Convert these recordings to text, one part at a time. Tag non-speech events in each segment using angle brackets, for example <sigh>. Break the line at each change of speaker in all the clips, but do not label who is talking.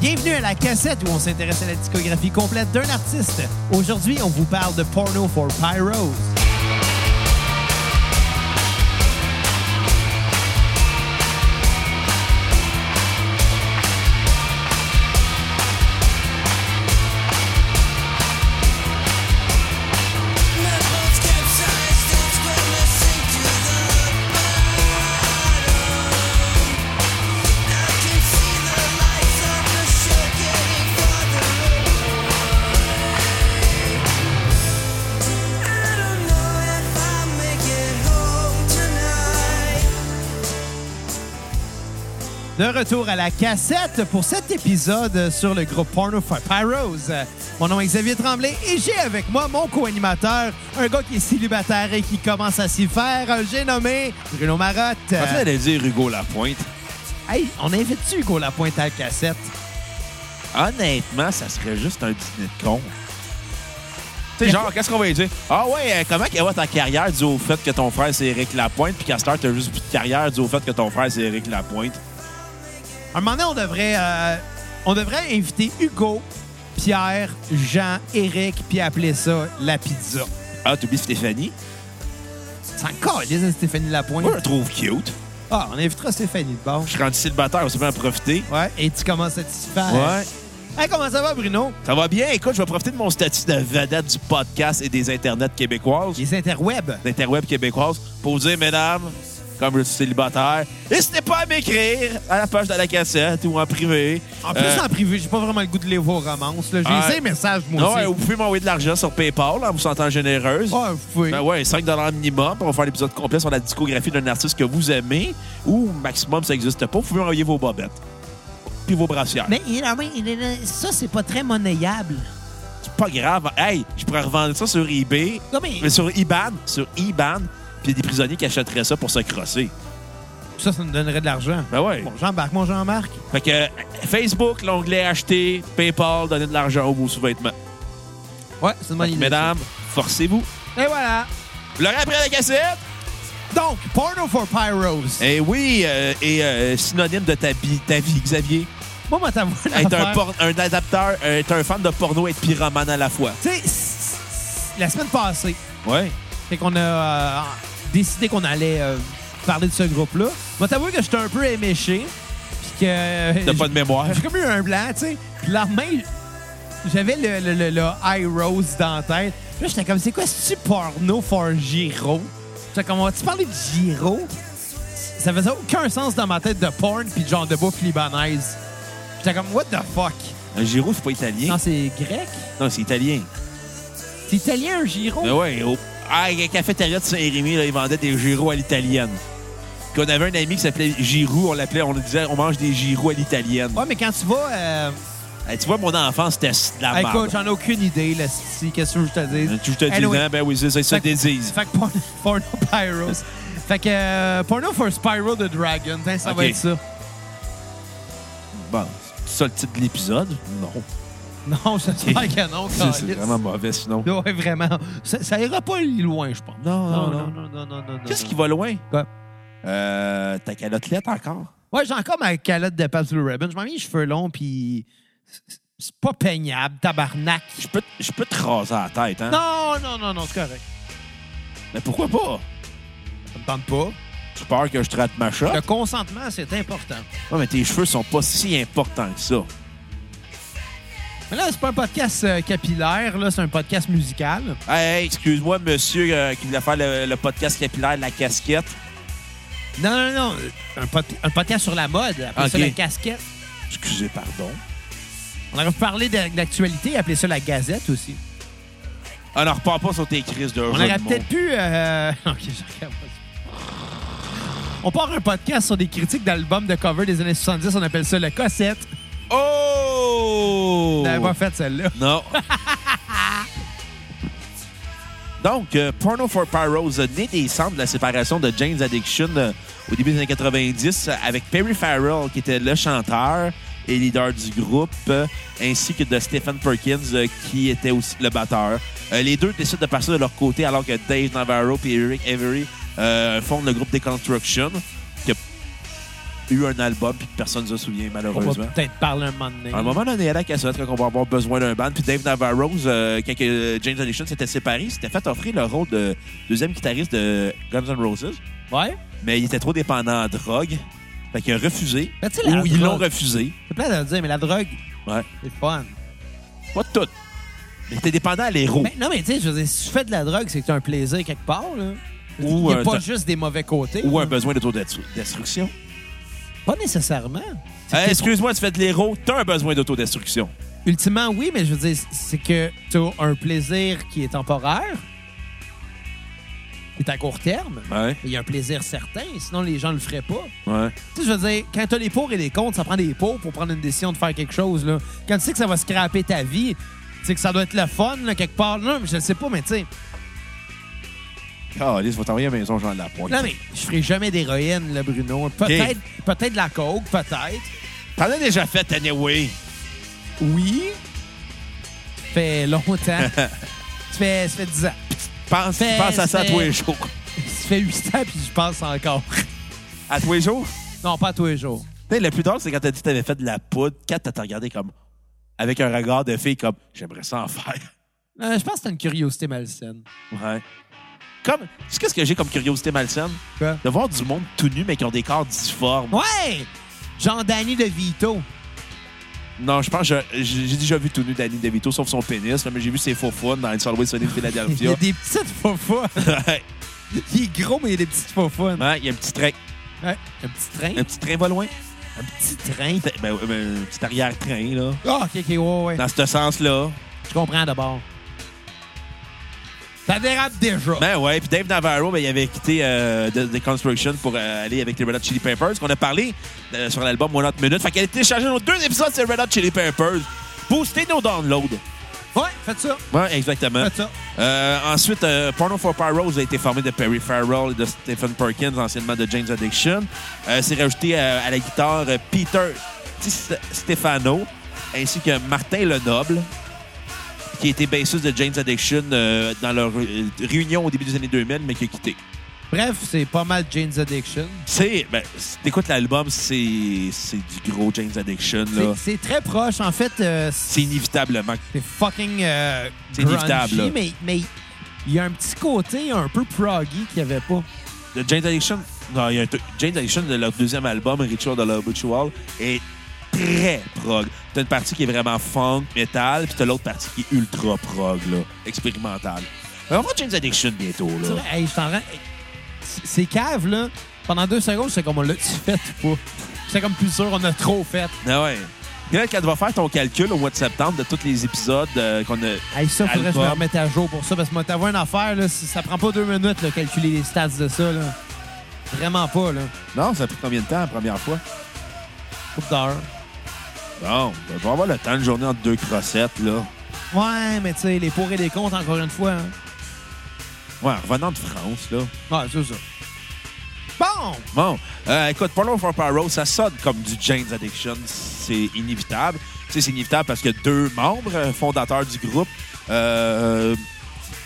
Bienvenue à la cassette où on s'intéresse à la discographie complète d'un artiste. Aujourd'hui, on vous parle de Porno for Pyros. De retour à la cassette pour cet épisode sur le groupe Porno for Pyros. Mon nom est Xavier Tremblay et j'ai avec moi mon co-animateur, un gars qui est célibataire et qui commence à s'y faire. J'ai nommé Bruno Marotte.
En fait, elle dire Hugo Lapointe.
Hey, on invite-tu Hugo Lapointe à la cassette?
Honnêtement, ça serait juste un dîner de con. Tu sais, genre, qu'est-ce qu'on va lui dire? Ah ouais, euh, comment qu'elle va ta carrière dû au fait que ton frère c'est Éric Lapointe, puis qu'à cette heure, t'as juste plus de carrière dû au fait que ton frère c'est Éric Lapointe?
À un moment donné, on devrait, euh, on devrait inviter Hugo, Pierre, Jean, Eric, puis appeler ça la pizza.
Ah, t'oublies Stéphanie?
C'est encore les hein, Stéphanie Lapointe.
Moi, je la trouve cute.
Ah, on invitera Stéphanie de bord.
Je suis rendu célibataire, on s'est bien en profiter.
Ouais, et tu commences à t'y faire.
Ouais.
Hey, comment ça va, Bruno?
Ça va bien? Écoute, je vais profiter de mon statut de vedette du podcast et des internets québécoises,
Les interwebs.
d'interweb québécoises, pour vous dire, mesdames, comme je suis célibataire, n'hésitez pas à m'écrire à la page de la cassette ou en privé.
En plus,
Euh,
en privé, j'ai pas vraiment le goût de les voir romances. là. J'ai
Ah.
essayé un message, moi
non,
aussi.
ouais, vous pouvez m'envoyer de l'argent sur PayPal, là, en vous sentant généreuse.
Ah, oui.
Ben ouais, 5 minimum. On va faire l'épisode complet sur la discographie d'un artiste que vous aimez ou maximum, ça n'existe pas. Vous pouvez envoyer vos bobettes puis vos brassières.
Mais il- ah oui, il est- ça, c'est pas très monnayable.
C'est pas grave. Hey, je pourrais revendre ça sur eBay,
Non, mais
mais sur IBAN, sur IBAN, puis il y a des prisonniers qui achèteraient ça pour se crosser.
ça, ça me donnerait de l'argent.
Ben ouais.
Bon, Jean-Marc, mon Jean-Marc.
Fait que euh, Facebook, l'onglet acheter, PayPal, donner de l'argent aux sous-vêtements.
Ouais, c'est une bonne idée.
Mesdames, forcez-vous.
Et voilà.
Vous l'aurez après la cassette?
Donc, Porno for Pyros.
Eh oui, euh, et euh, synonyme de ta, bi- ta vie, Xavier.
Moi, moi, t'as Tu
Être un, por- un adapteur, euh, être un fan de porno et de pyromane à la fois.
sais, s- s- la semaine passée,
Ouais.
fait qu'on a euh, décidé qu'on allait euh, parler de ce groupe-là. Moi, t'avouer que j'étais un peu éméché. Puis que. euh,
T'as pas de <laughs> mémoire.
J'ai comme eu un blanc, tu sais. Puis le lendemain, j'avais le, le, le, le high rose dans la tête. Puis là, j'étais comme, c'est quoi ce porno for Giro? J'étais comme, on va-tu parler de Giro? Ça faisait aucun sens dans ma tête de porn puis de genre de bouffe libanaise. J'étais comme, what the fuck?
Un Giro, c'est pas italien.
Non,
Non,
c'est grec?
c'est italien.
C'est italien, un Giro?
Ben ouais, au... ah, la cafétéria de Saint-Rémy, là, ils vendaient des Giro à l'italienne. Puis on avait un ami qui s'appelait Giroux, on l'appelait, on disait, on mange des Giro à l'italienne.
Ouais, mais quand tu vas... Euh...
Eh, tu vois, mon enfance, c'était de la
hey,
merde.
écoute, j'en ai aucune idée, là, si, qu'est-ce que je te dis?
Ah, bah, Je te dis,
Anyway.
non, ben oui, c'est ça, ça
Fait que-
désise.
Fait que porno, <laughs> porno Pyros. Fait que euh, porno for Spyro the Dragon, hein, ça va
Ok.
être ça.
Bon, c'est ça le titre de l'épisode? Non.
Non, ça se
Ok.
que non,
<laughs> C'est- C'est
câlisse.
vraiment mauvais, sinon.
<laughs> Ouais, vraiment. Ça, ça ira pas loin, je pense.
Non, non, non.
non, non, non, non,
Qu'est-ce
non.
qui va loin?
Quoi?
Euh, ta calottelette encore?
Ouais, j'ai encore ma calotte de Pabst Blue Ribbon. Je m'en mets les cheveux longs, puis c'est- c'est pas peignable, tabarnak.
Je peux, te- je peux te raser la tête, hein?
Non, non, non, non, c'est correct.
Mais pourquoi pas?
Ça me tente pas.
Tu peur que je te rate ma shot?
Le consentement, c'est important.
Ouais, mais tes cheveux sont pas si importants que ça.
Mais là, c'est pas un podcast euh, capillaire, là, c'est un podcast musical.
Hey, hey, excuse-moi, monsieur euh, qui voulait faire le, le podcast capillaire de la casquette.
Non, non, non, euh, un, pod- un podcast sur la mode, appelez ça
Ok.
la casquette.
Excusez, pardon.
On aurait pu parler de- d'actualité, appelez ça la gazette aussi.
On ne repart Ah pas sur tes crises de
On
jeu
aurait
de mots.
peut-être pu. euh, <laughs> ok, je regarde pas. On part un podcast sur des critiques d'albums de cover des années 70. On appelle ça le cassette.
Oh!
On n'avait pas fait celle-là.
Non. Donc, euh, Porno for Pyros, euh, né décembre de la séparation de James Addiction euh, au début des années 90, euh, avec Perry Farrell, qui était le chanteur et leader du groupe, euh, ainsi que de Stephen Perkins, euh, qui était aussi le batteur. Euh, les deux décident de partir de leur côté, alors que Dave Navarro et Eric Avery euh, fondent le groupe Deconstruction, que eu un album puis que personne ne se souvient,
On va
malheureusement.
peut-être parler un moment donné.
À un moment donné, à la cassette, quand on va avoir besoin d'un band, puis Dave Navarro, euh, quand que James Addiction s'était séparé, s'était fait offrir le rôle de deuxième guitariste de Guns N' Roses,
Ouais.
mais il était trop dépendant en drogue. Fait qu'il a refusé.
Mais tu sais, la
Ou ils l'ont
drogue,
refusé.
c'est plein de le dire, mais la drogue,
Ouais.
c'est fun.
Pas tout. Mais t'es dépendant à l'héros.
Mais, Ben, non, mais tu sais, je veux dire, si tu fais de la drogue, c'est que tu as un plaisir quelque part, là.
Ou,
Il n'y a
euh,
pas
t'as-
juste des mauvais côtés.
Ou
là.
un besoin d'autodestruction.
Pas nécessairement. C'est
Euh,
que-
Excuse-moi, tu fais de l'héros, t'as un besoin d'autodestruction.
Ultimement, oui, mais je veux dire, c'est que tu as un plaisir qui est temporaire, qui est à court terme.
Ouais.
Il y a un plaisir certain, sinon les gens le feraient pas.
Ouais.
Tu sais, je veux dire, quand t'as les pour et les contre, ça prend des pour pour prendre une décision de faire quelque chose. Là. Quand tu sais que ça va scraper ta vie, tu sais que ça doit être le fun, là, quelque part. Non, mais je le sais pas, mais tu sais.
Ah, Alice, va t'envoyer à la maison, Jean de la pointe.
Non, mais je ferai jamais d'héroïne, là, Bruno. Peut-être peut-être de la coke, peut-être.
T'en as déjà fait, anyway.
Oui. Ça fait longtemps. ça, fait, ça fait 10 ans.
Pense,
Fais-
pense à ça à
fais-
tous les jours.
Ça fait 8 ans, puis je pense encore.
À tous les jours?
Non, pas tous les jours.
T'sais, le plus drôle, c'est quand t'as dit que t'avais fait de la poudre, Kat, t'as regardé comme. Avec un regard de fille comme j'aimerais ça en faire. <laughs>
Euh, je pense que c'est une curiosité malsaine.
Ouais. Comme. Tu sais, qu'est-ce que j'ai comme curiosité malsaine?
Quoi?
De voir du monde tout nu, mais qui ont des corps difformes.
Ouais! Jean Danny de Vito.
Non, je pense que je- j'ai j'ai déjà vu tout nu Danny DeVito, sauf son pénis, là, mais j'ai vu ses faux fous dans It's Always
<laughs> Il
Sunny in
y a
Philadelphia.
des petites faux
Ouais.
Il est gros, mais il y a des petites faux Ouais.
<laughs> Ouais, Il y a un petit train.
Un petit train.
Un petit train va loin.
Un petit
<laughs>
train.
Ben, ben, ben, un petit arrière-train, là.
Ah, OK, OK, ouais, ouais.
Dans ce sens-là.
Je comprends d'abord. Ça dérape déjà.
Ben ouais, puis Dave Navarro, ben, il avait quitté euh, The, The Construction pour euh, aller avec les Red Hot Chili Peppers, qu'on a parlé euh, sur l'album One Hot Minute. Fait qu'elle a téléchargé nos deux épisodes de Red Hot Chili Peppers. Boostez nos downloads.
Ouais, faites ça.
Ouais, exactement.
Faites ça.
Euh, ensuite, euh, Porno for Pyros a été formé de Perry Farrell et de Stephen Perkins, anciennement de James Addiction. Euh, C'est rajouté euh, à la guitare euh, Peter Di Stefano, ainsi que Martin Lenoble, qui était bassiste de James Addiction euh, dans leur euh, réunion au début des années 2000, mais qui a quitté.
Bref, c'est pas mal Jane's Addiction.
C'est, ben, si t'écoutes l'album, c'est, c'est du gros James Addiction, là.
C'est- C'est très proche. En fait, euh,
C'est inévitablement.
c'est fucking euh,
C'est
grungy,
inévitable, là.
mais mais il y a un petit côté un peu proggy qu'il n'y avait pas.
Le James Addiction, non, il y a un truc- James Addiction de leur deuxième album, Ritual de la Ritual, est très prog. T'as une partie qui est vraiment funk, metal, puis t'as l'autre partie qui est ultra prog, là, expérimentale. Mais on va James Addiction bientôt,
Tu
là.
vois, hey, je t'en rends- Ces caves, là, pendant deux secondes, c'est comme on l'a-tu fait ou pas? C'est comme plus sûr, on a trop fait.
Ah ouais. Puis là, quand tu vas faire ton calcul au mois de septembre de tous les épisodes euh, qu'on a.
Hey, ça, faudrait que je me
Album.
remette à jour pour ça, parce que moi, t'avoues une affaire, là, si- ça prend pas deux minutes, là, calculer les stats de ça, là. Vraiment pas, là.
Non, ça a pris combien de temps la première fois?
Coupe d'heure.
Bon, ben, je vais avoir le temps de journée entre deux crossettes, là.
Ouais, mais tu sais, les pour et les contre, encore une fois. hein.
Ouais, en revenant de France, là.
Ouais, c'est ça. Bon!
Bon, euh, écoute, Porno for Pyro, ça sonne comme du Jane's Addiction. C'est inévitable. Tu sais, c'est inévitable parce que deux membres euh, fondateurs du groupe, euh,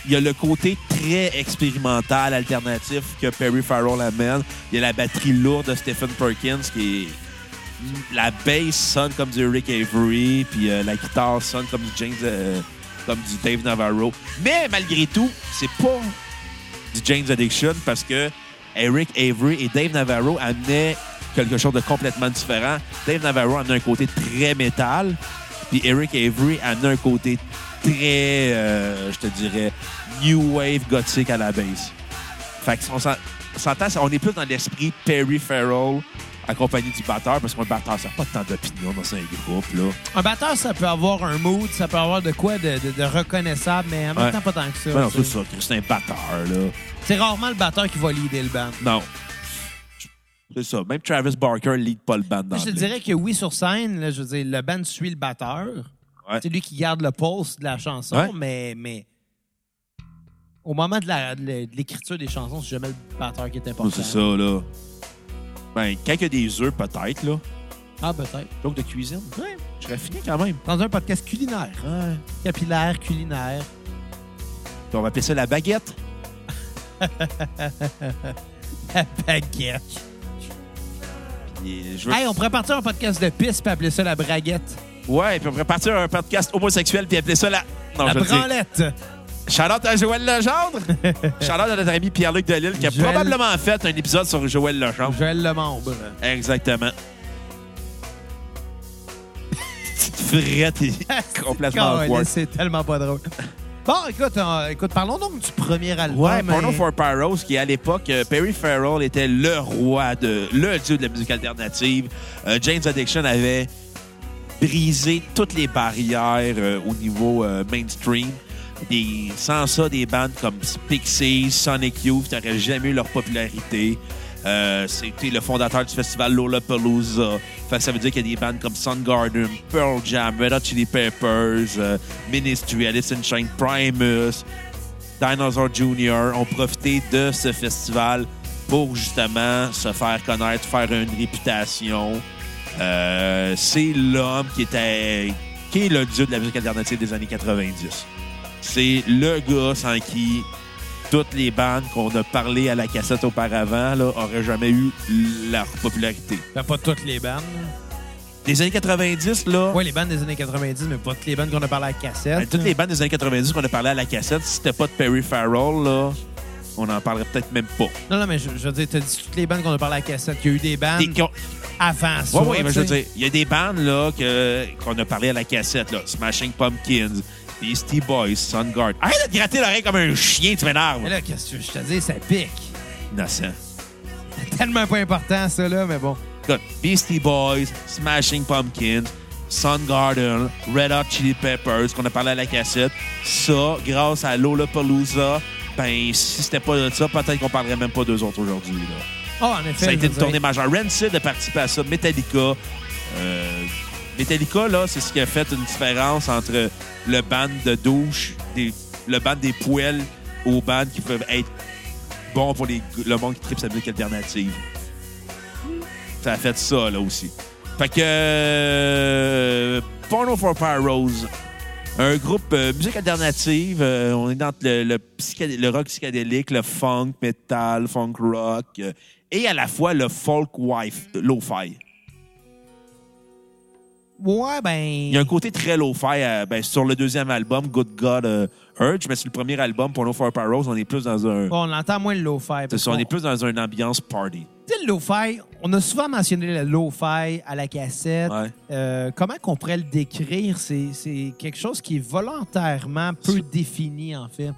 il y a le côté très expérimental, alternatif que Perry Farrell amène. Il y a la batterie lourde de Stephen Perkins qui est. mm, La bass sonne comme du Rick Avery, puis euh, la guitare sonne comme du James, euh, comme du Dave Navarro. Mais malgré tout, c'est pas du James Addiction parce que Eric Avery et Dave Navarro amenaient quelque chose de complètement différent. Dave Navarro amenait un côté très métal, puis Eric Avery amenait un côté très, euh, je te dirais, new wave gothique à la base. Fait que on s'en- on s'entend, on est plus dans l'esprit Perry Farrell accompagné du batteur, parce qu'un batteur, ça n'a pas tant d'opinion dans un groupe, là.
Un batteur, ça peut avoir un mood, ça peut avoir de quoi de, de- de reconnaissable, mais en même
Ouais.
temps, pas tant que ça.
Ben non,
tu
c'est
sais.
ça, Chris, c'est un batteur, là.
C'est rarement le batteur qui va leader le band.
Non. C'est ça. Même Travis Barker lead pas le band dans
Je te dirais que oui, sur scène, là, je veux dire, le band suit le batteur.
Ouais.
C'est lui qui garde le pulse de la chanson,
Ouais.
mais, mais au moment de la- de l'écriture des chansons, c'est jamais le batteur qui est important.
Non, Oh, c'est ça, là. Ben, quand il y a des œufs, peut-être, là.
Ah, peut-être.
Donc, de cuisine,
Ouais.
je raffinais quand même.
Dans un podcast culinaire,
Ouais.
capillaire, culinaire. <laughs>
Puis on va appeler ça la baguette.
La baguette.
il- je veux-
Hey, on pourrait partir un podcast de piste et appeler ça la braguette.
Ouais, puis on pourrait partir un podcast homosexuel puis appeler ça la. Non,
la
je le dis.
branlette.
Charlotte à Joël Legendre. Charlotte à notre ami Pierre-Luc Delille qui a
Joël-
probablement fait un épisode sur Joël Legendre.
Joël
<laughs>
Lemombre.
Exactement. Petite
<laughs>
frette et complètement
Calais,
awkward.
C'est tellement pas drôle. Bon, écoute, euh, écoute, parlons donc du premier album.
Ouais, Porno
hein.
for Pyros, qui à l'époque, euh, Perry Farrell était le roi, de, le dieu de la musique alternative. Euh, James Addiction avait brisé toutes les barrières euh, au niveau euh, mainstream. Des, sans ça, des bandes comme Pixies, Sonic Youth n'auraient jamais eu leur popularité. Euh, C'était le fondateur du festival Lollapalooza. Fait que ça veut dire qu'il y a des bandes comme Soundgarden, Pearl Jam, Red Hot Chili Peppers, euh, Ministry, Alice in Chains, Primus, Dinosaur Jr. ont profité de ce festival pour justement se faire connaître, faire une réputation. Euh, c'est l'homme qui était qui est le dieu de la musique alternative des années 90. C'est le gars sans qui toutes les bandes qu'on a parlé à la cassette auparavant là, auraient jamais eu leur popularité.
Ben, pas toutes les bandes.
Les années 90, là,
Ouais, les bandes des années 90, mais pas toutes les bandes qu'on a parlé à la cassette.
ben, toutes les bandes des années 90 qu'on a parlé à la cassette, si c'était pas de Perry Farrell, là, on n'en parlerait peut-être même pas.
Non, non, mais je, je veux dire, t'as dit toutes les bandes qu'on a parlé à la cassette. Il y a eu des bandes
Des- qui ont-
avant ça.
Oui, oui, mais je veux
tu sais.
dire, il y a des bandes là, que, qu'on a parlé à la cassette, là. Smashing Pumpkins, Beastie Boys, Soundgarden. Arrête de te gratter l'oreille comme un chien, tu m'énerves.
Mais là, qu'est-ce que je te dis, ça pique. <laughs>
Innocent.
C'est tellement pas important, ça, là, mais bon.
Écoute, Beastie Boys, Smashing Pumpkins, Soundgarden, Red Hot Chili Peppers, qu'on a parlé à la cassette. Ça, grâce à Lollapalooza, ben, si c'était pas de ça, peut-être qu'on parlerait même pas d'eux autres aujourd'hui, là.
Ah, en effet.
Ça
je
a été une
veux dire,
tournée majeure. Rancid a participé à ça. Metallica. euh, Metallica, là, c'est ce qui a fait une différence entre le band de douche, des- le band des poêles aux bands qui peuvent être bons pour les- le monde qui tripe sa musique alternative. Ça a fait ça, là, aussi. Fait que... euh, Porno for Pyros, un groupe euh, musique alternative. euh, on est dans le, le psychédé- le rock psychédélique, le funk, metal, funk rock euh, et à la fois le folk wife, lo-fi.
Ouais, ben.
Il y a un côté très lo-fi euh, ben, sur le deuxième album, Good God euh, Urge, mais sur le premier album, Porno for Pyros, on est plus dans un.
Bon, on entend moins le low-fi.
c'est ça, on est plus dans une ambiance party.
Tu sais, le lo-fi, on a souvent mentionné le lo-fi à la cassette.
Ouais.
Euh, comment qu'on pourrait le décrire? C'est c'est quelque chose qui est volontairement peu
C'est-
défini, en fait.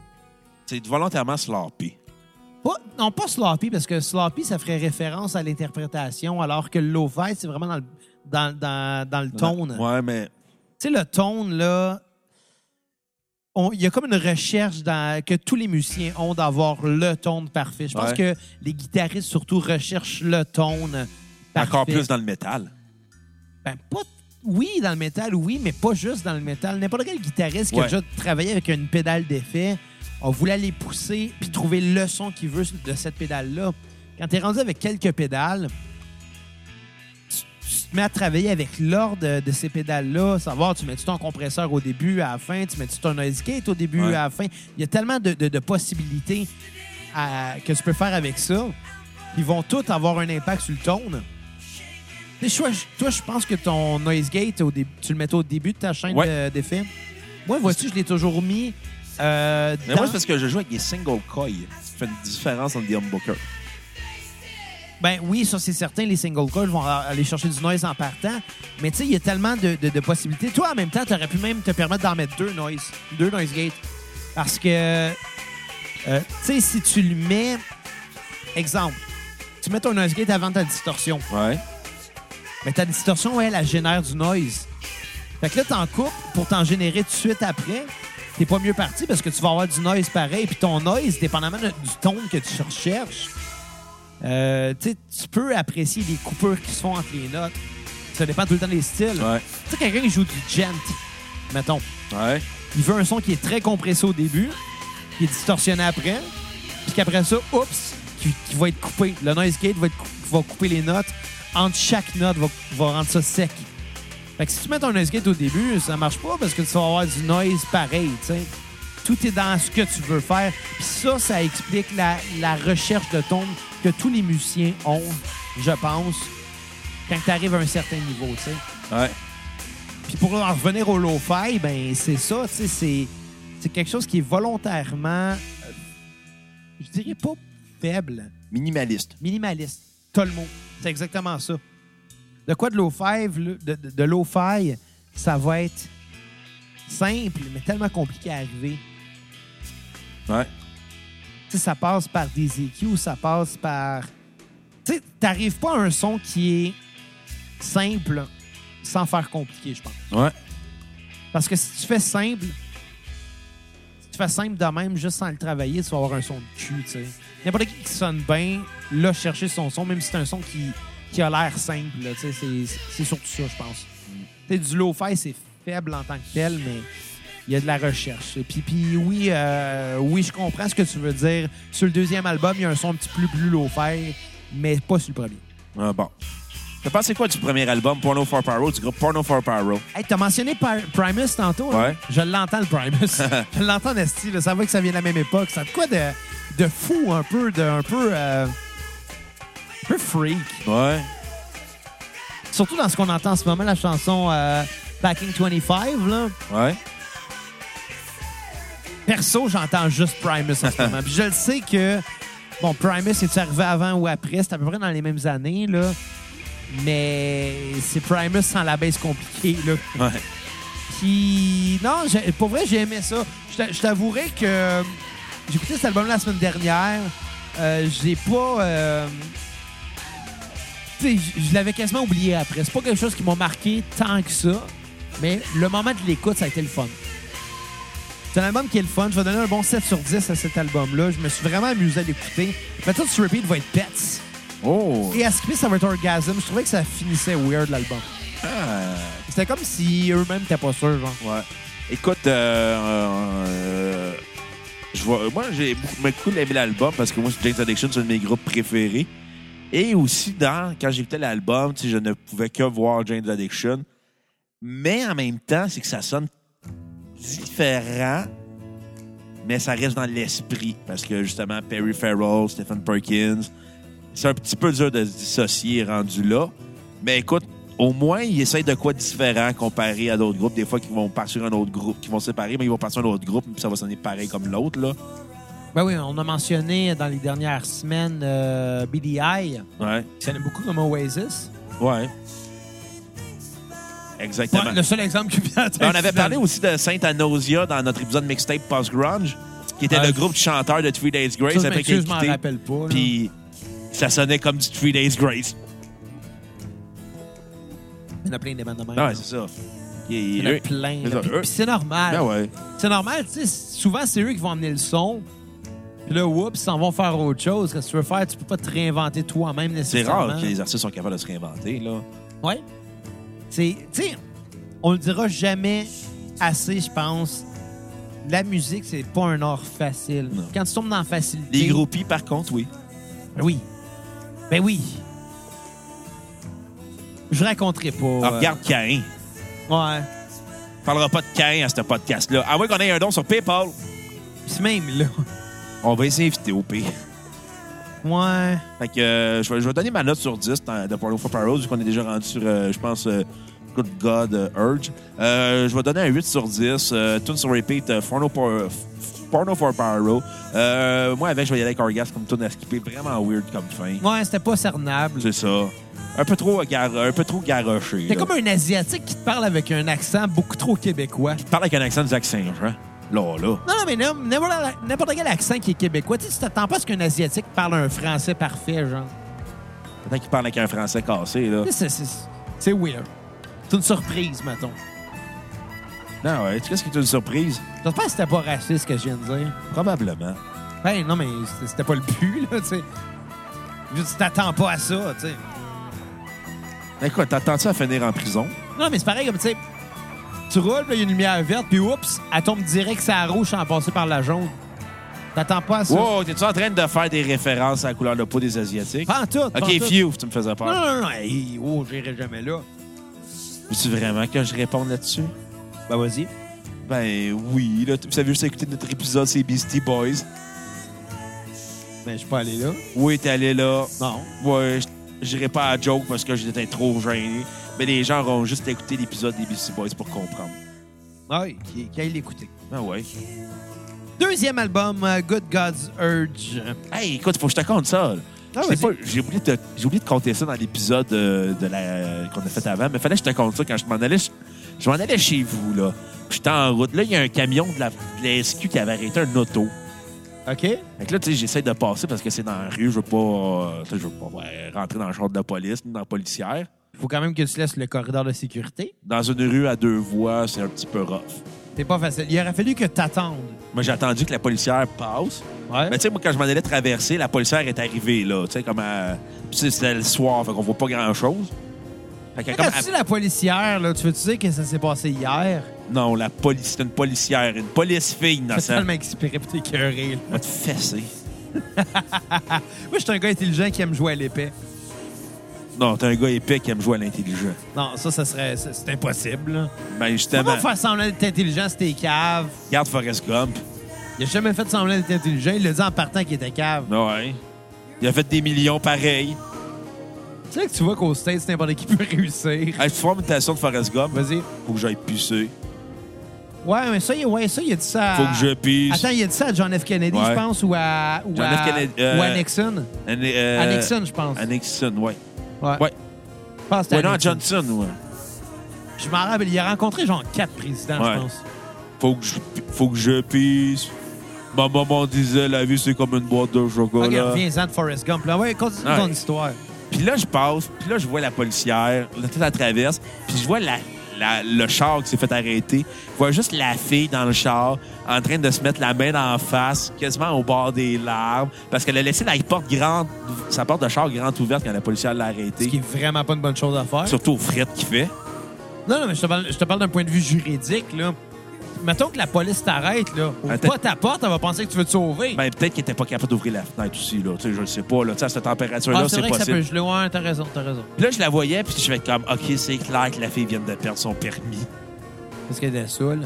C'est volontairement sloppy.
Pas- non, pas sloppy, parce que sloppy, ça ferait référence à l'interprétation, alors que le lo-fi, c'est vraiment dans le, dans, dans- dans le tone.
Ouais, mais.
Tu sais, le tone, là, on- il y a comme une recherche dans- que tous les musiciens ont d'avoir le tone parfait. Je pense que
Ouais.
les guitaristes, surtout, recherchent le tone parfait.
Encore plus dans le métal.
Ben, pas- oui, dans le métal, oui, mais pas juste dans le métal. N'importe quel guitariste qui a
Ouais.
déjà travaillé avec une pédale d'effet, on voulait aller pousser puis trouver le son qu'il veut de cette pédale-là. Quand t'es rendu avec quelques pédales, tu, tu te mets à travailler avec l'ordre de ces pédales-là, savoir, tu mets-tu ton compresseur au début, à la fin, tu mets-tu ton noise gate au début,
Ouais.
à la fin. Il y a tellement de, de- de possibilités à- que tu peux faire avec ça. Ils vont tous avoir un impact sur le tone. Tu sais, Toi, je- toi, je pense que ton noise gate, au dé- tu le mettais au début de ta chaîne
Ouais.
de- d'effets. Moi, vois-tu, je l'ai toujours mis euh,
Mais
dans-
moi, c'est parce que je joue avec des single coils. Ça fait une différence entre des humbuckers.
Ben oui, ça c'est certain, les single calls vont a- aller chercher du noise en partant. Mais tu sais, il y a tellement de, de- de possibilités. Toi, en même temps, tu aurais pu même te permettre d'en mettre deux noise, deux noise gates. Parce que, euh, tu sais, si tu le mets, exemple, tu mets ton noise gate avant ta distorsion.
Ouais.
Mais ta distorsion, elle, elle génère du noise. Fait que là, t'en coupes pour t'en générer tout de suite après. T'es pas mieux parti parce que tu vas avoir du noise pareil. Puis ton noise, dépendamment de- du ton que tu recherches, euh, tu sais, tu peux apprécier les coupures qui se font entre les notes. Ça dépend tout le temps des styles.
Ouais.
Tu sais, quelqu'un qui joue du gent, mettons,
Ouais.
il veut un son qui est très compressé au début, qui est distorsionné après, puis qu'après ça, oups, qui, qui va être coupé. Le noise gate va, être cou- va couper les notes. Entre chaque note, va, va rendre ça sec. Fait que si tu mets ton noise gate au début, ça marche pas parce que tu vas avoir du noise pareil, tu sais. Tout est dans ce que tu veux faire. Puis ça, ça explique la, la recherche de ton que tous les musiciens ont, je pense. quand t'arrives à un certain niveau, tu sais.
Ouais.
Puis pour en revenir au lo-fi, ben c'est ça, tu sais, c'est, c'est quelque chose qui est volontairement, euh, je dirais pas faible,
Minimaliste.
minimaliste. T'as le mot. C'est exactement ça. De quoi de lo-fi, le- de, de, de lo-fi, ça va être simple, mais tellement compliqué à arriver.
Ouais.
Tu sais, ça passe par des EQ, ça passe par... Tu sais, t'arrives pas à un son qui est simple sans faire compliqué, je pense.
Ouais.
Parce que si tu fais simple, si tu fais simple de même, juste sans le travailler, tu vas avoir un son de cul, tu sais. N'importe qui qui sonne bien, là, chercher son son, même si c'est un son qui, qui a l'air simple, là, tu sais, c'est- c'est surtout ça, je pense. Tu sais, du low-fi, c'est faible en tant que tel, mais il y a de la recherche. Et Puis, puis oui, euh, oui, je comprends ce que tu veux dire. Sur le deuxième album, il y a un son un petit peu plus low-fi, mais pas sur le premier.
Ah, bon. T'as pensé quoi du premier album Porno for Pyro, du groupe Porno for Pyro?
Hey, t'as mentionné Par- Primus tantôt. hein?
Ouais.
Je l'entends, le Primus. je l'entends, Esti. là. Ça va que ça vient de la même époque. Ça a de quoi de, de fou, un peu, de, un peu... euh, un peu freak.
Ouais.
Surtout dans ce qu'on entend en ce moment, la chanson euh, Backing 25. Là.
Ouais.
Perso, j'entends juste Primus en ce moment. Puis je le sais que... Bon, Primus, est-tu arrivé avant ou après? C'est à peu près dans les mêmes années, là. Mais c'est Primus sans la baisse compliquée, là.
Ouais.
Puis, non, j'ai- pour vrai, j'ai aimé ça. Je t'a- Je t'avouerai que euh, j'ai écouté cet album la semaine dernière. Euh, j'ai pas. euh, tu sais, je je l'avais quasiment oublié après. C'est pas quelque chose qui m'a marqué tant que ça. Mais le moment de l'écoute, ça a été le fun. C'est un album qui est le fun. Je vais donner un bon 7 sur 10 à cet album-là. Je me suis vraiment amusé à l'écouter. Mais tout sur repeat va être Pets.
Oh.
Et à skipper, ça va être Orgasm. Je trouvais que ça finissait weird, l'album.
Ah.
C'était comme si eux-mêmes étaient pas sûrs, genre.
Ouais. Écoute, euh, euh, je vois, euh, moi, j'ai beaucoup, beaucoup aimé l'album parce que moi, James Addiction, c'est un de mes groupes préférés. Et aussi, dans, quand j'écoutais l'album, tu sais, je ne pouvais que voir James Addiction. Mais en même temps, c'est que ça sonne différent, mais ça reste dans l'esprit. Parce que justement, Perry Farrell, Stephen Perkins, c'est un petit peu dur de se dissocier rendu là. Mais écoute, au moins, ils essayent de quoi de différent comparé à d'autres groupes. Des fois, qu'ils vont partir un autre groupe, qu'ils vont se séparer, mais ils vont partir un autre groupe, puis ça va sonner pareil comme l'autre, là.
Ben oui, on a mentionné dans les dernières semaines euh, BDI,
Ouais.
qui sonnait beaucoup comme Oasis.
Ouais. Exactement.
le seul exemple qui vient à
Ben, on avait parlé aussi de Saint Anosia dans notre épisode mixtape Post Grunge, qui était
Ah,
le
je-
groupe de chanteurs de Three Days Grace
Ça, je
après qu'il ait
m'excuse, je m'en
quitté,
rappelle pas. là.
Puis ça sonnait comme du Three Days Grace.
Il y en a plein des bandes de même.
Non, ouais, c'est ça.
Il y en a plein.
c'est
là.
ça,
Puis-
eux-
puis c'est normal.
Ben ouais.
C'est normal, tu sais. Souvent, c'est eux qui vont emmener le son. Puis là, whoops, ils s'en vont faire autre chose. Qu'est-ce que tu veux faire? Tu peux pas te réinventer toi-même
C'est
nécessairement.
rare que les artistes sont capables de se réinventer, là.
Ouais. C'est, tu sais, on le dira jamais assez, je pense. La musique, c'est pas un art facile.
Non.
Quand tu tombes dans la facilité.
Les groupies, par contre, oui.
Ben oui. Ben oui. Je raconterai pas.
Ah,
euh,
regarde Cain.
Ouais.
On parlera pas de Cain à ce podcast-là. À moins qu'on ait un don sur PayPal.
Puis même là.
On va essayer d'inviter au pire.
Ouais.
Fait que euh, je, vais, je vais donner ma note sur 10 dans- de Porno for Pyros, vu qu'on est déjà rendu sur, euh, je pense, euh, Good God euh, Urge. Euh, je vais donner un 8 sur 10. Euh, tune sur repeat, euh, Porno, for, euh, F- Porno for Pyro. Euh, moi, avec, je vais y aller avec Orgasme comme tune à skipper. Vraiment weird comme fin.
Ouais, c'était pas cernable.
C'est ça. Un peu trop, euh, gar- un peu trop garoché.
T'es
là.
comme un Asiatique qui te parle avec un accent beaucoup trop québécois.
Parle avec un accent de Zach Saint-Jean. Là, là.
Non, non, mais n'im- n'importe n'importe quel accent qui est québécois, tu sais, tu t'attends pas à ce qu'un Asiatique parle un français parfait, genre.
Peut-être qu'il parle avec un français cassé, là.
Tu sais, C'est c'est- c'est weird. C'est une surprise, mettons.
<laughs> Non, ouais. Tu sais ce qui est une surprise?
J'espère que c'était pas raciste ce que je viens de dire.
Probablement.
Ben non, mais c'était- c'était pas le but, là, tu sais. Je veux dire, Tu t'attends pas à ça, tu sais.
Mais quoi, t'attends-tu à finir en prison?
Non, mais c'est pareil comme, tu sais, tu roules, puis il y a une lumière verte, puis oups, elle tombe direct sur la rouge sans passer par la jaune. T'attends pas à ça.
Wow, t'es-tu en train de faire des références à la couleur de peau des Asiatiques?
Pas en tout. pas en
OK,
tout.
Few, tu me faisais
Non,
peur.
non, non, hey, oh, j'irai jamais là.
Veux-tu vraiment que je réponde là-dessus?
Ben, vas-y.
Ben oui, là, t- vous avez juste écouté notre épisode, c'est Beastie Boys.
Ben, je suis pas allé là.
Oui, t'es allé là.
Non.
Ouais, je- J'irai pas à joke parce que j'étais trop gêné. Mais les gens auront juste écouté l'épisode des Beastie Boys pour comprendre.
Ah oui, qui- qui aille l'écouter.
Ah ouais.
Deuxième album, euh, Good God's Urge.
Hey, écoute, faut que je te compte ça. là.
Ah,
Je sais
vas-y.
pas, J'ai oublié, de te- j'ai oublié de compter ça dans l'épisode euh, de la- qu'on a fait avant, mais fallait que je te compte ça quand je m'en allais. ch- Je, m'en allais chez vous, là. J'étais en route. Là, il y a un camion de la, de la SQ qui avait arrêté un auto.
OK?
Fait que là, tu sais, j'essaie de passer parce que c'est dans la rue. Je veux pas, euh, tu sais, je veux pas ouais, rentrer dans le char de la police ni dans la policière.
Faut quand même que tu laisses le corridor de sécurité.
Dans une rue à deux voies, c'est un petit peu rough.
C'est pas facile. Il aurait fallu que t'attendes.
Moi, j'ai attendu que la policière passe.
Ouais.
Mais tu sais, moi, quand je m'en allais traverser, la policière est arrivée, là. Tu sais, comme à... Puis tu sais, c'était le soir, fait qu'on voit pas grand-chose. Fait que
Quand
comme
tu
à-
dis la policière, là, tu veux-tu dire que ça s'est passé hier?
Non, la police, c'est une policière, une police-fille
C'est
innocente.
tellement expiré pis t'es écoeuré, là.
Va te fesser.
<laughs> Moi, je suis un gars intelligent qui aime jouer à l'épée.
Non, t'es un gars épais qui aime jouer à l'intelligent.
Non, ça, ça serait... ça- C'est impossible, là.
Ben, justement,
Comment faire semblant d'être intelligent si t'es cave?
regarde Forrest Gump.
Il a jamais fait semblant d'être intelligent. Il l'a dit en partant qu'il était cave.
Ouais. Il a fait des millions pareil.
Tu sais que tu vois qu'au States, n'importe qui <laughs> peut réussir.
Hey, tu feras une imitation de Forrest Gump?
Vas-y.
Faut que j'aille pisser.
Ouais, mais ça, il- ouais, ça, il a dit ça. à-
Faut que je pisse.
Ah. Attends, il a dit ça à John F. Kennedy,
Ouais.
je pense, ou à, ou
John
à,
F. Kennedy, euh,
ou à Nixon.
Anne- euh,
à Nixon, je pense.
À Nixon, ouais.
Ouais.
Ouais.
Je pense que c'était
Ouais,
à
non, à
Nixon.
Johnson, ouais.
Je m'en rappelle, il a rencontré genre quatre présidents,
Ouais.
je pense.
Faut que je, faut que je pisse. Ma maman disait, la vie, c'est comme une boîte de chocolat.
Ok, reviens-en de Forrest Gump. Là. Ouais, continue
Ouais.
ton histoire.
Puis là, je passe, puis là, je vois la policière, là, toute la traverse, puis je vois la, la- le char qui s'est fait arrêter. Je vois juste la fille dans le char en train de se mettre la main en face, quasiment au bord des larmes, parce qu'elle a laissé la porte grande, sa porte de char grande ouverte quand la policière l'a
Ce qui
arrêtée.
est vraiment pas une bonne chose à faire.
Surtout au fret qu'il fait.
Non, non, mais je te parle, je te parle d'un point de vue juridique, là. Mettons que la police t'arrête, là. Ouvre
Attends.
pas ta porte, elle va penser que tu veux te sauver.
Ben, peut-être qu'il était pas capable d'ouvrir la fenêtre aussi, là. Tu sais, je le sais pas, là. Tu sais, à cette température-là,
ah, c'est
c'est
vrai que ça
possible.
peut geler. Ouais, t'as raison, t'as raison.
Puis là, je la voyais, puis je fais comme, OK, c'est clair que la fille vient de perdre son permis.
Parce qu'elle était saoule.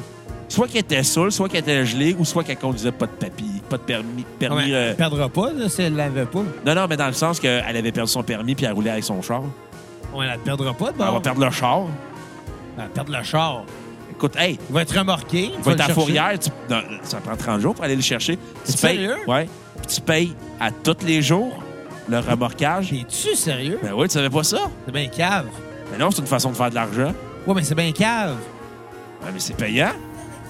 Soit qu'elle était saoule, soit qu'elle était gelée, ou soit qu'elle conduisait pas de papier, pas de permis. permis
Ouais,
euh,
Elle perdra pas, là, si elle l'avait pas.
Non, non, mais dans le sens qu'elle avait perdu son permis puis elle roulait avec son char.
Ouais, elle perdra pas, de
Elle va
bord.
perdre le char.
Elle va perdre le char.
Écoute, hey,
Il va être remorqué.
tu vas être à
le chercher.
Fourrière, tu- non, ça prend 30 jours pour aller le chercher. Tu
T'es
payes,
sérieux?
ouais, Puis tu payes à tous les jours le remorquage.
T'es-tu sérieux?
Ben oui, tu savais pas ça?
C'est bien cave.
Ben non, c'est une façon de faire de l'argent.
Ouais, mais c'est bien cave.
Ben, mais c'est payant.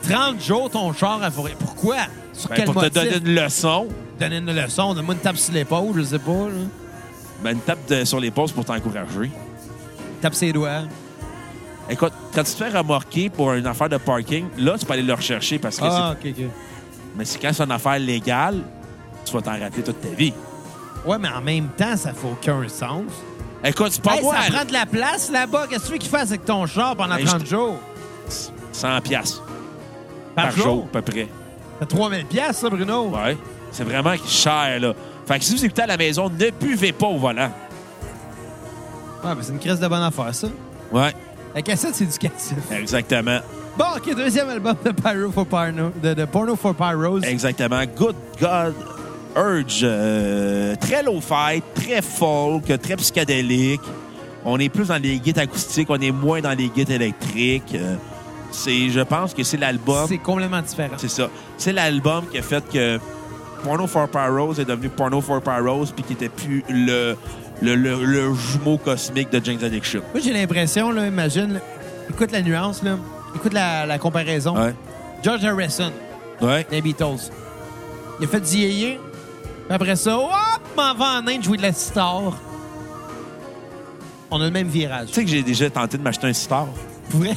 30 jours ton char à fourrer. Pourquoi? Sur
Ben,
quel
pour
motif?
te donner une leçon,
Donner une leçon, donne-moi une tape sur l'épaule, je sais pas. Là.
ben, une tape de- sur les pauses pour t'encourager.
Tape ses doigts.
Écoute, quand tu te fais remorquer pour une affaire de parking, là, tu peux aller le rechercher parce que
Ah, ok, ok.
c'est. Mais c'est quand c'est une affaire légale, tu vas t'en rappeler toute ta vie.
Ouais, mais en même temps, ça fait aucun sens.
Écoute, c'est pas
Hey,
moi.
ça
là.
prend de la place là-bas. Qu'est-ce que tu veux qu'il fasse avec ton char pendant
Hey,
30
je-
jours?
100 piastres
Par, jour?
à peu près.
T'as 3000 piastres, ça, Bruno?
Ouais. C'est vraiment cher, là. Fait que si vous écoutez à la maison, ne buvez pas au volant.
Ouais, mais c'est une crise de bonne affaire, ça.
Ouais.
La cassette, c'est éducatif.
Exactement.
Bon, OK, deuxième album de Pyro for Porno, de, de Porno for Pyros.
Exactement. Good God Urge. euh, très low fight, très folk, très psychédélique. On est plus dans les guides acoustiques, on est moins dans les guides électriques. Euh, c'est, je pense que c'est l'album.
C'est complètement différent.
C'est ça. C'est l'album qui a fait que Porno for Pyros est devenu Porno for Pyros puis qui était plus le, le, le, le jumeau cosmique de James Addiction.
Moi, j'ai l'impression, là, imagine, là, écoute la nuance, là, écoute la, la comparaison. George Harrison,
Ouais.
des Beatles. Il a fait du yéyé. Puis Après ça, hop, m'en va en Inde jouer de la sitar. On a le même virage.
Tu sais que j'ai déjà tenté de m'acheter un sitar.
Pour vrai,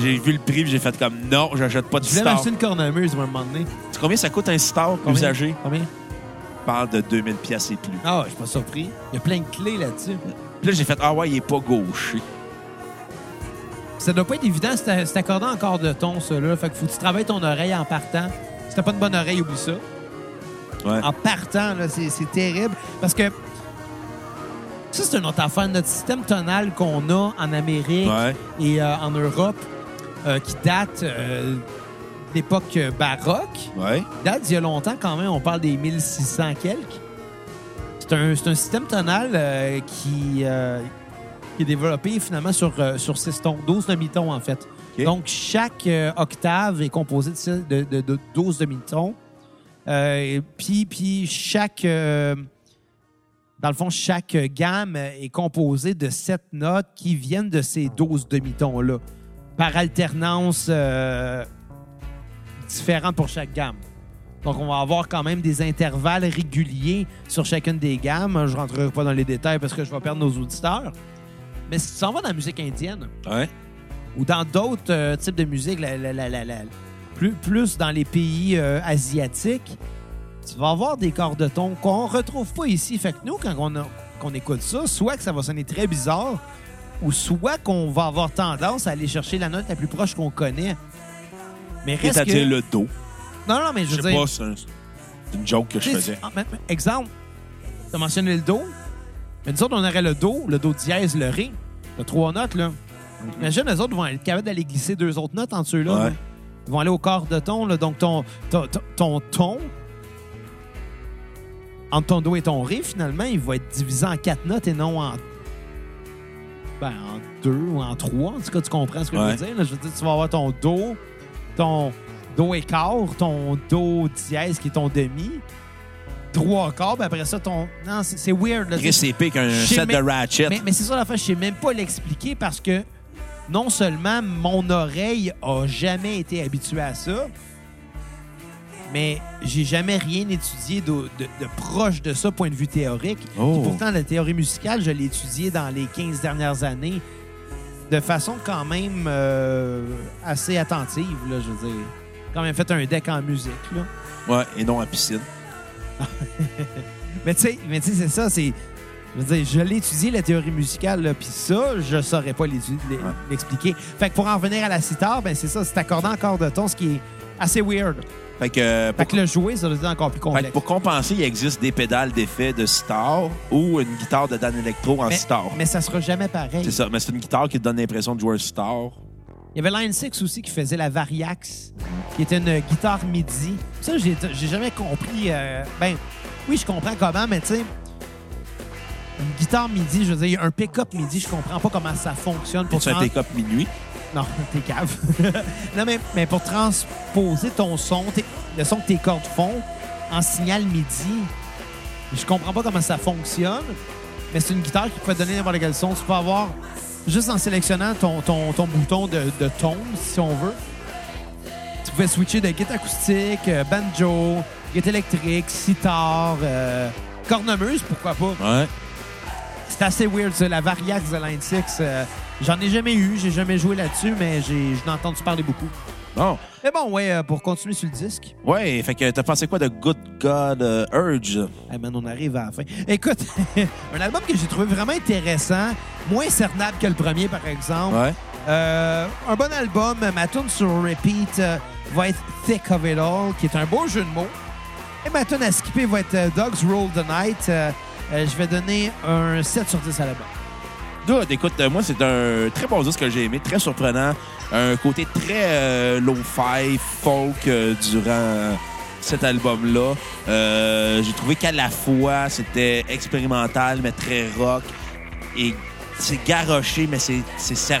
J'ai vu le prix puis j'ai fait comme non, j'achète pas de
je voulais
sitar.
m'acheter une cornemuse à un moment donné.
Tu sais Combien ça coûte un sitar usagé?
Combien?
On parle de 2000 pièces et plus.
Ah, ouais, je suis pas surpris. Il y a plein de clés là-dessus.
Puis là, j'ai fait ah ouais, il est pas gauche.
Ça doit pas être évident, c'est c'est accordant encore de ton, ça, là. Fait que faut que tu travailles ton oreille en partant. Si t'as pas de bonne oreille, oublie ça.
Ouais.
en partant. là, C'est c'est terrible. Parce que ça, c'est une autre affaire. Notre système tonal qu'on a en Amérique
Ouais.
et euh, en Europe, euh, qui date euh, de l'époque euh, baroque,
Ouais.
date d'il y a longtemps quand même. On parle des 1600 quelques. C'est C'est un, c'est un système tonal euh, qui, euh, qui est développé finalement sur, euh, sur 6 tons, 12 demi-tons en fait.
OK.
Donc chaque euh, octave est composée de, six- de, de- de 12 demi-tons. Euh, et puis, puis chaque. euh, dans le fond, chaque euh, gamme est composée de sept notes qui viennent de ces 12 demi-tons-là, par alternance euh, différente pour chaque gamme. Donc, on va avoir quand même des intervalles réguliers sur chacune des gammes. Je ne rentrerai pas dans les détails parce que je vais perdre nos auditeurs. Mais si tu s'en vas dans la musique indienne
Ouais.
ou dans d'autres euh, types de musique, la- la- la- la- la- plus, plus dans les pays euh, asiatiques, tu vas avoir des corps de ton qu'on retrouve pas ici. Fait que nous, quand on, a- qu'on écoute ça, soit que ça va sonner très bizarre ou soit qu'on va avoir tendance à aller chercher la note la plus proche qu'on connaît. Mais
Et
reste
à
que...
dire le dos.
Non, non, mais je
Je
veux
sais
dire...
pas, c'est un- c'est une joke que je
Tu sais,
faisais.
ah, mais- mais Exemple, tu as mentionné le Do. Mais nous autres, on aurait le Do, le Do dièse, le Ré. T'as trois notes, là. Imagine, les autres vont être capables d'aller glisser deux autres notes en dessous, là.
Mhm. Ouais.
là. Ils vont aller au quart de ton, là. Donc, ton, ton, ton- ton ton, entre ton Do et ton Ré, finalement, il va être divisé en quatre notes et non en. Ben, en deux ou en trois. En tout cas, tu comprends ce que
Ouais.
je veux dire. là. Je veux dire, tu vas avoir ton Do, ton Do et quart, ton Do dièse qui est ton demi trois quarts, puis après ça, ton. Non, c'est c'est weird. Là,
Chris, c'est pire qu'un
Je sais,
set de
mais-
Ratchet.
mais mais c'est ça la fin, je sais même pas l'expliquer parce que non seulement mon oreille a jamais été habituée à ça, mais j'ai jamais rien étudié de, de- de proche de ça, point de vue théorique.
Oh.
Puis pourtant, la théorie musicale, je l'ai étudiée dans les 15 dernières années de façon quand même euh, assez attentive, là, je veux dire. Quand même fait un deck en musique, là.
Ouais, et non à piscine.
Mais tu sais, mais tu sais, c'est ça, c'est. Je veux dire, je l'ai étudié, la théorie musicale, là, puis ça, je saurais pas l'étu- l'e- l'expliquer. Fait que pour en revenir à la sitar, ben c'est ça, c'est accordé en quart de ton, ce qui est assez weird.
Fait que, euh, pour,
Fait que le jouer, ça devient encore plus
fait
complexe.
que pour compenser, il existe des pédales d'effet de sitar ou une guitare de Dan Electro en
mais,
sitar.
mais ça sera jamais pareil.
C'est ça, mais c'est une guitare qui te donne l'impression de jouer un sitar.
Il y avait Line 6 aussi qui faisait la Variax, qui était une guitare MIDI. Ça, j'ai j'ai jamais compris. euh, ben, oui, je comprends comment, mais tu sais, une guitare MIDI, je veux dire, un pick-up MIDI, je comprends pas comment ça fonctionne pour
Pour un
trans-
pick-up minuit.
Non, <laughs> t'es cave. non, mais, mais pour transposer ton son, tes- le son que tes cordes font en signal MIDI, je comprends pas comment ça fonctionne, mais c'est une guitare qui peut donner n'importe quel son. Tu peux avoir, juste en sélectionnant ton, ton, ton bouton de, de tone, si on veut, tu pouvais switcher de guitare acoustique, euh, banjo, guitare électrique, sitar, euh, cornemuse, pourquoi pas.
Ouais.
C'est assez weird, ça, la Variax de Line 6. euh, J'en ai jamais eu, j'ai jamais joué là-dessus, mais j'ai j'en ai entendu parler beaucoup.
Bon.
Mais bon, ouais, euh, pour continuer sur le disque,
Ouais, fait que t'as pensé quoi de Good God euh, Urge?
eh man, on arrive à la fin. Écoute, <laughs> un album que j'ai trouvé vraiment intéressant, moins cernable que le premier, par exemple.
Ouais.
Euh, un bon album, ma tune sur repeat euh, va être Thick of It All, qui est un beau jeu de mots. Et ma tune à skipper va être euh, Dogs Roll the Night. Euh, euh, je vais donner un 7 sur 10 à l'album.
Good, écoute, euh, moi, c'est un très bon disque que j'ai aimé, très surprenant. Un côté très euh, low-fi, folk euh, durant cet album-là. Euh, j'ai trouvé qu'à la fois, c'était expérimental, mais très rock. Et c'est garoché, mais c'est c'est cer-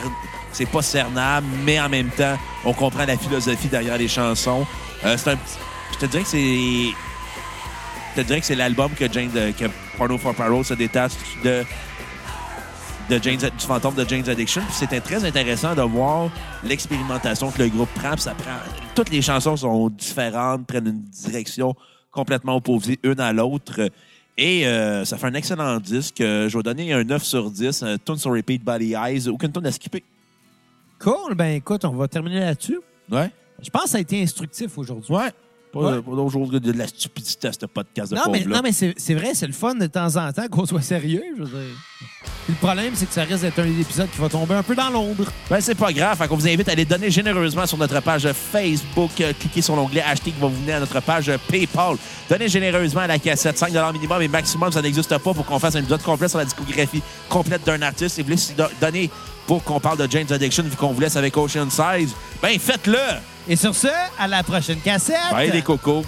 c'est pas cernable, mais en même temps, on comprend la philosophie derrière les chansons. Euh, c'est un petit- Je te dirais que c'est je te dirais que c'est l'album que Jane de- que Porno for Parole se détache de, de Jane's- du fantôme de Jane's Addiction. Puis c'était très intéressant de voir l'expérimentation que le groupe prend. Puis ça prend. Toutes les chansons sont différentes, prennent une direction complètement opposée une à l'autre. Et euh, ça fait un excellent disque. Euh, je vais donner un 9 sur 10, un tune sur repeat, Body Eyes, aucune tune à skipper.
Cool, ben écoute, on va terminer là-dessus.
Ouais.
Je pense que ça a été instructif aujourd'hui.
Ouais. Pas, euh,
Ouais.
pas aujourd'hui de la stupidité à ce podcast de
Non, mais,
pauvre-là.
non, mais c'est c'est vrai, c'est le fun de temps en temps qu'on soit sérieux. Je veux dire. Puis Le problème, c'est que ça risque d'être un épisode qui va tomber un peu dans l'ombre.
Ben, c'est pas grave. Fait qu'on vous invite à aller donner généreusement sur notre page Facebook. Euh, Cliquez sur l'onglet acheter qui va vous mener à notre page euh, PayPal. Donnez généreusement à la cassette 5 minimum et maximum, ça n'existe pas pour qu'on fasse un épisode complet sur la discographie complète d'un artiste. Et vous voulez do- donner pour qu'on parle de James Addiction vu qu'on vous laisse avec Ocean Size, ben faites-le!
Et sur ce, à la prochaine cassette.
Bye les cocos!